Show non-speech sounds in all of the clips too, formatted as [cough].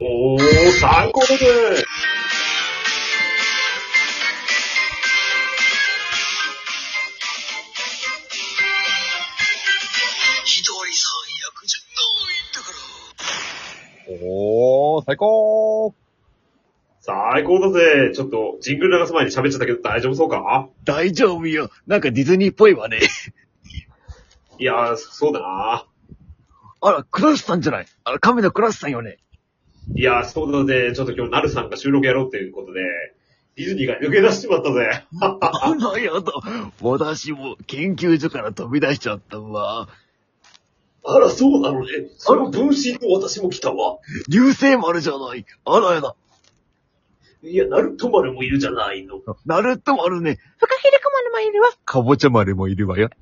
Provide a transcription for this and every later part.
おー、3個目でひどい三役じゃないんだから。おー、最高最高だぜ。ちょっと、ジングル流す前に喋っちゃったけど大丈夫そうか大丈夫よ。なんかディズニーっぽいわね。 [laughs] いやー、そうだな。あら、クラスさんじゃない。あら、亀のクラスさんよね。いやー、そうだぜ。ちょっと今日、なるさんが収録やろうっていうことで、ディズニーが抜け出しちまったぜ。あら、やだ。私も研究所から飛び出しちゃったわ。あら、そうなのね。その分身と私も来たわ。流星丸じゃない。あら、やだ。いや、ナルト丸もいるじゃないの。ナルト丸ね。フカヒレクマのもいるわ。エルかぼちゃ丸もいるわよ。モ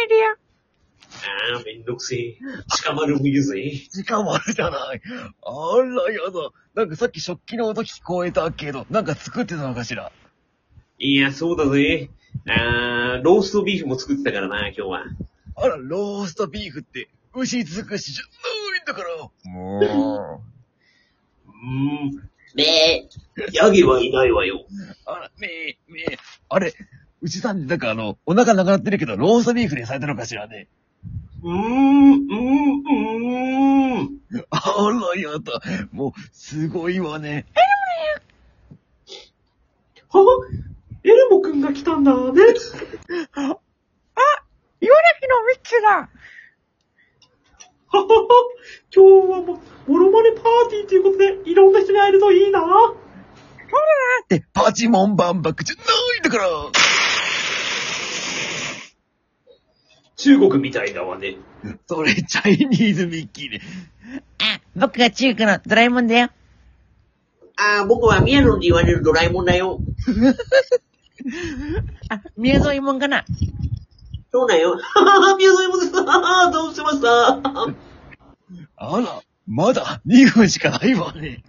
もいるよ。あー、めんどくせえ。鹿丸もいるぜ。時間丸じゃない。あら、やだ。なんかさっき食器の音聞こえたけど、なんか作ってたのかしら。いや、そうだぜ。あー、ローストビーフも作ってたからな、今日は。あら、ローストビーフって、牛尽くしじゃないんだから。もうーん。ねえ、ヤギはいないわよ。あら、ねえ、ねえ。あれ、牛さんってなんかあの、お腹なくなってるけど、ローストビーフにされたのかしらね。うーん、うーん、うーん。あら、やだ。もう、すごいわね。はエルモくんが来たんだね。茨城のミッチだ。ははは。今日はも、もろまねパーティーということで、いろんな人に会えるといいな。って、パチモン万博じゃないんだから。中国みたいだわね。それ、チャイニーズミッキーね。あ、僕が中華のドラえもんだよ。ああ、僕は宮野に言われるドラえもんだよ。 [laughs] あ、宮沢いもんかな。そう [laughs] だよ。ははは、宮野もです。ははは、どうしましたあら、まだ2分しかないわね。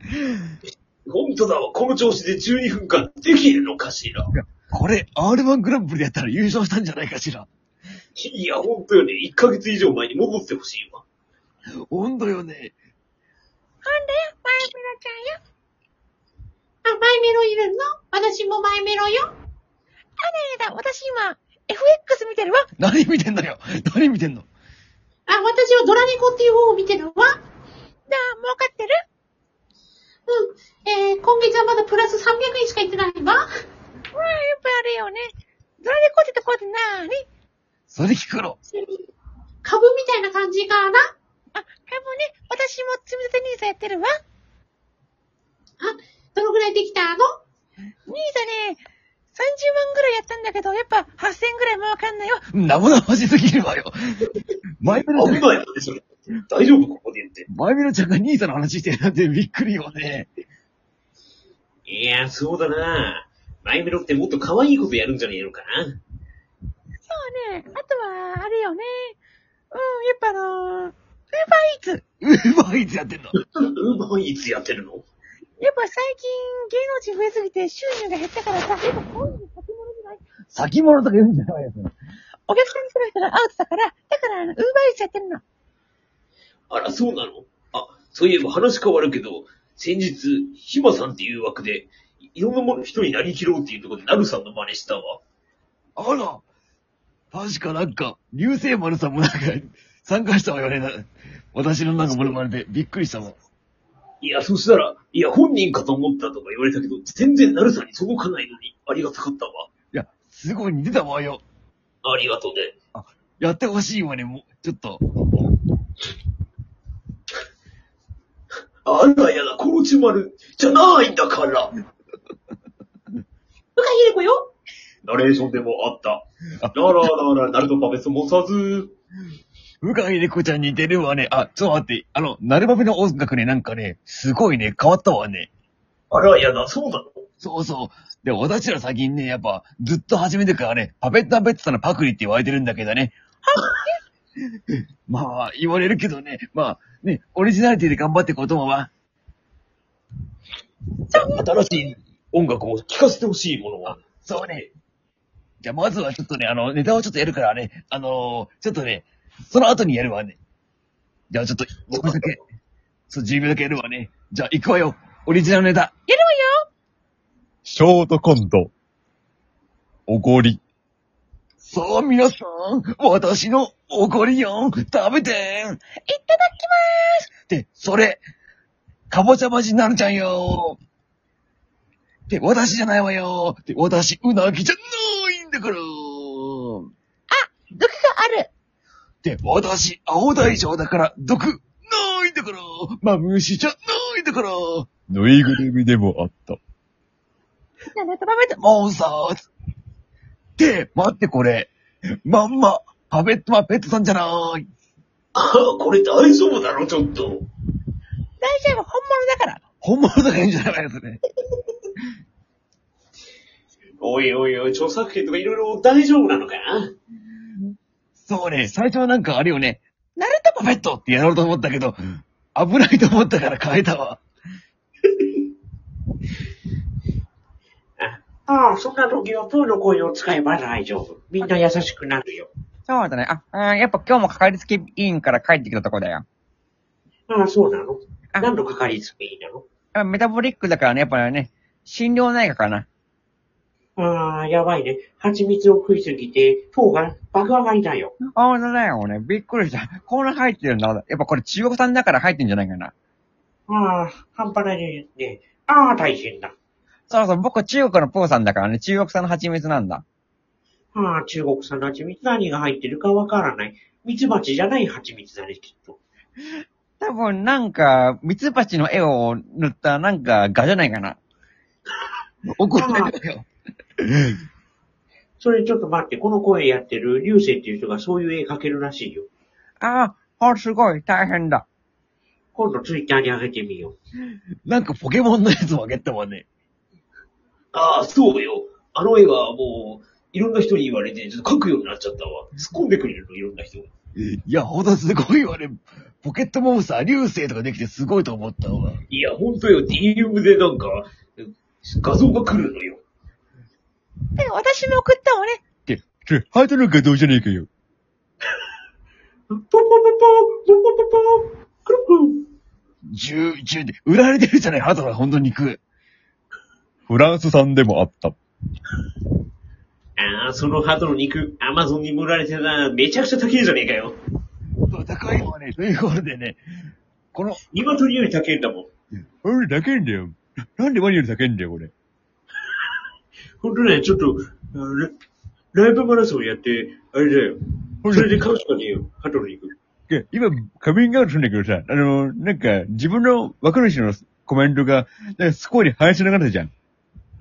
ほんとだわ、この調子で12分間できるのかしら。これ、R1 グランプリやったら優勝したんじゃないかしら。いや、ほんとよね、1ヶ月以上前に戻ってほしいわ。ほんとよね。ほんだよ、マイメロちゃんよ。あ、マイメロいるの私もマイメロよ。あれやだ、私今、FX 見てるわ。何見てんだよ。何見てんのあ、私はドラネコっていう方を見てるわ。だ、儲かってるうん。えー、今月はまだプラス300円しかいってないわ。わあ、やっぱあれよね。ドラレコってとこってなーにそれ聞くろ。株みたいな感じかな。あ、多分ね、私も積み立てニーサやってるわ。あ、どのぐらいできたのニーサね、30万ぐらいやったんだけど、やっぱ8000ぐらい儲かんないよ。生々しすぎるわよ。 [laughs] マイメロちゃ危ん、ないので、それ。大丈夫ここで言って。マイメロちゃんが兄さんの話してるなんてびっくりよね。いや、そうだな。マイメロってもっと可愛いことやるんじゃねえのかな。そうね、あとは、あれよね。うん、やっぱあのー、ウーバーイーツ。ウーバーイーツやってんの。ウーバーイーツやってるのやっぱ最近芸能人増えすぎて収入が減ったからさ、やっぱこういうの先物じゃない先物とか言うんじゃないよ。それお客さんにする人がアウトだから、だからあの、ウーバーイーツやってるの。あら、そうなのあ、そういえば話変わるけど、先日、ひまさんっていう枠で、いいろんなもの人になりきろうっていうところで、なるさんの真似したわ。あら、確かなんか、流星丸さんもなんか、参加したわよね。な私のなんかモノマネでびっくりしたもん。いや、そしたら、いや、本人かと思ったとか言われたけど、全然なるさんに届かないのに、ありがたかったわ。いや、すごい似てたわよ。ありがとうね。やってほしいわね、もう、ちょっと。あらやだ、コロチマルじゃないんだから。うかひれこよ。ナレーションでもあった。ならなら、なるとパペスもさず。向井猫ちゃん似てるわね。あ、ちょっと待って。あの、なるばべの音楽ね、なんかね、すごいね、変わったわね。あらやだ、そうなのそうそう。で、私ら最近ね、やっぱ、ずっと始めてからね、パペットアペットさんのパクリって言われてるんだけどね。 [laughs] まあ、言われるけどね、まあ、ね、オリジナリティで頑張っていこうと思うわ。新しい音楽を聴かせてほしいものは。そうね。じゃあ、まずはちょっとね、あの、ネタをちょっとやるからね、あのーちょっとね、その後にやるわね。じゃあ、ちょっと、お酒。そう、10秒だけやるわね。じゃあ、行くわよ。オリジナルネタ。やるわよショートコント。おごり。さあ、皆さん、私のおごりよ。食べてん。いただきまーすで、それ、かぼちゃまじなるちゃんよで、私じゃないわよで、私、うなぎじゃないんだから毒があるで、私、青大将だから、毒、ないんだからマムシじゃないんだからぬいぐるみでもあった。じゃあ、ネタバメと、モンスターズで、待ってこれ、まんま、パペットマペットさんじゃないああ、これ大丈夫だろ、ちょっと。大丈夫、本物だから。本物だからいいんじゃないですね。おいおいおい、著作権とかいろいろ大丈夫なのかなそうね、最初はなんかあれよね、ナルトパペットってやろうと思ったけど、危ないと思ったから変えたわ。ああ、そんな時はプーの声を使えば大丈夫。みんな優しくなるよ。そうだね。あ、うんやっぱ今日もかかりつけ委員から帰ってきたとこだよ。ああ、そうなのあ何のかかりつけ医なのやっぱメタボリックだからね、やっぱね、心療内科かな。ああ、やばいね。蜂蜜を食いすぎて、糖が爆上がりだよ。ああ、だよ、俺。びっくりした。こんな入ってるんだ。やっぱこれ中国産だから入ってんじゃないかな。ああ、半端ないね。ああ、大変だ。そうそう、僕中国のプーさんだからね、中国産の蜂蜜なんだ。ああ、中国産の蜂蜜何が入ってるかわからない。蜜蜂じゃない蜂蜜だね、きっと。多分なんか、ミツバチの絵を塗ったなんか画じゃない [laughs] かな。怒られるよ。それちょっと待って、この声やってる流星っていう人がそういう絵描けるらしいよ。ああ、あすごい、大変だ。今度ツイッターに上げてみよう。なんかポケモンのやつもあげたわね。ああ、そうよ。あの絵はもう、いろんな人に言われて、ちょっと描くようになっちゃったわ。突っ込んでくれるの、いろんな人が。いや、ほんとすごいわね。ポケットモンスター、流星とかできてすごいと思ったわ。いや、ほんとよ、DM でなんか、画像が来るのよ。で、私も送ったわね。それ、ハートの画像じゃねえかよ。ポンポンポンポンポンポンポンポンクルクル十、十で、売られてるじゃない、ハトがほんと肉。フランス産でもあった。ああ、そのハトの肉、アマゾンに盛られてな、めちゃくちゃ高いじゃねえかよ。高いわね。ということでね、この、鶏より高いんだもん。俺、高いんだよ。なんでワニより高いんだよ、これ。ほんとね、ちょっと、あのラライブマラソンやって、あれだよ。ほそられ、で買うしかねえよ、ハトの肉。今、カミングアウトするんだけどさ、あの、なんか、自分の若主のコメントが、なんかスコアに反射なかったじゃん。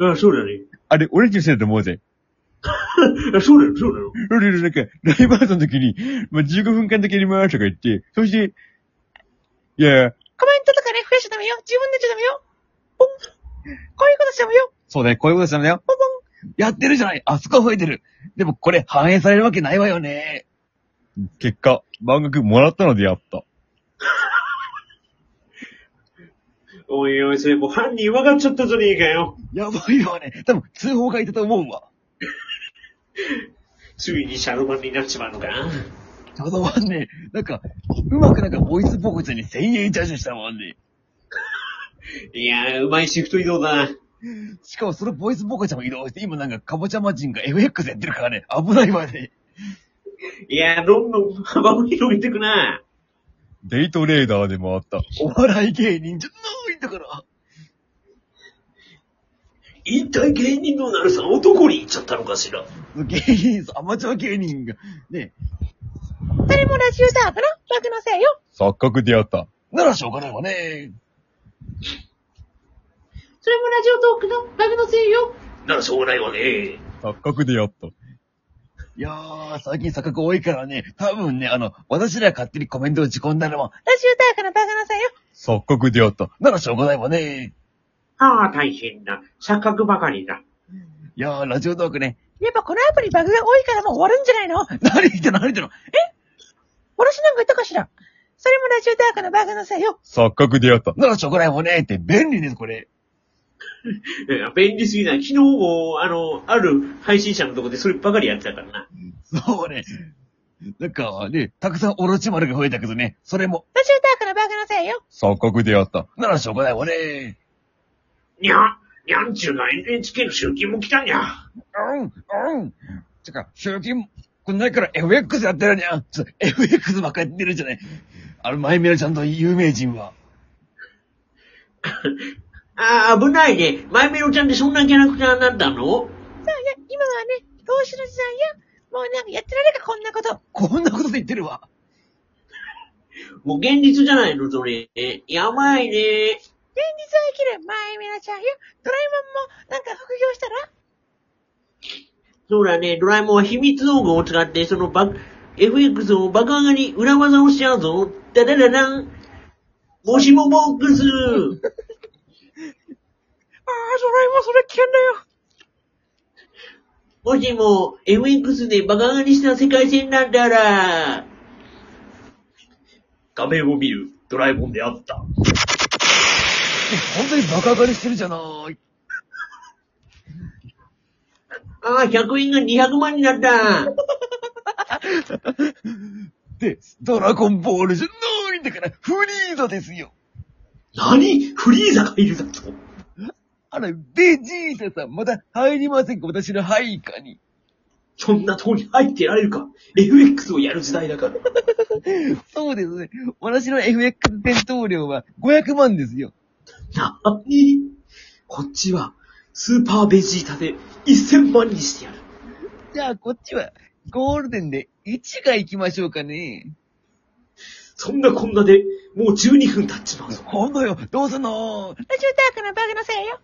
ああ、そうだね。あれ、俺んちのせいだと思うぜ。あそうだよ、そうだよ。ルルル、なんか、ライブハウスの時に、まあ、15分間だけやりますとか言って、そして、いや、コメントとかね、増やしちゃダメよ。自分でやっちゃダメよ。ポン。こういうことしちゃダメよ。そうだよ、こういうことしたんだよ。やってるじゃない、あそこは増えてる。でもこれ反映されるわけないわよね。結果、満額もらったのでやった。おいおい、それもう犯人分かっちゃったじゃねえかよ。やばいわね。多分、通報がいたと思うわ。ついにシャルマンになっちまうのかな。ちょうどわんね、なんか、うまくなんか、ボイスボクツに1000円チャージしたわんね。いやー、うまいシフト移動だな。しかもそのボイスボクちゃんも移動して、今なんか、カボチャマジンが FX やってるからね、危ないわね。いやー、どんどん幅を広げてくな。デイトレーダーでもあった。お笑い芸人じゃないんだから。一体芸人のなるさん、男に行っちゃったのかしら。芸人さん、アマチュア芸人が、ね、それもラジオさ、かな僕のせいよ。錯覚であった。ならしょうがないわね。それもラジオトークのバグのせいよ。ならしょうがないわね。錯覚であった。いやー、最近錯覚多いからね、多分ね、あの、私ら勝手にコメントを打ち込んだのは、ラジオさ、かなバカのせいよ。錯覚であった。ならしょうがないわね。ああ、大変だ。錯覚ばかりだ。いやー、ラジオトークね。やっぱこのアプリバグが多いからもう終わるんじゃないの何言ってんの何言ってんの私なんか言ったかしらそれもラジオーカーのバグのせいよ。錯覚であった。ならしょうがないわねって便利です、これ。いや便利すぎない。昨日も、あの、ある配信者のとこでそればかりやってたからな。そうね。なんかね、たくさんオロチ丸が増えたけどね、それも、ラジオーカーのバグのせいよ。錯覚であった。ならしょうがないわね。にゃ、にゃんちゅうが NHK の集金も来たにゃ。うん、うん。てか、集金、こんないから FX やってるにゃん。ちょ FX ばっかやってるじゃない。あの、前宮ちゃんと有名人は。ああ、危ないね。マイメロちゃんでそんなキャラクターになったのそうや、今はね、投資の時代や。もうなんかやってられるか、こんなこと。こんなことで言ってるわ。もう現実じゃないの、それ。えやばいね。現実は生きる、前メラちゃんや。ドラえもんも、なんか副業したらそうだね、ドラえもんは秘密道具を使って、そのバ FX を爆上がり裏技をしちゃうぞ。ダダダダン。もしもボックス。ああ、ドラえもんそれ危険だよ。もしも FX で爆上がりした世界線なんだら。画面を見るドラえもんであった。本当にバカ上がりしてるじゃない。ああ、100円が200万になった。で、ドラゴンボールじゃないんだから、フリーザですよ。何フリーザがいるだとあら、ベジータさん、まだ入りませんか私の配下に。そんなとこに入ってられるか ?FX をやる時代だから。そうですね。私の FX 戦闘量は500万ですよ。なにこっちは、スーパーベジータで1000万にしてやる。じゃあ、こっちは、ゴールデンで1が行きましょうかね。そんなこんなで、もう12分経っちまうぞ。ほんとよ、どうすんのラジオタークのバグのせいよ。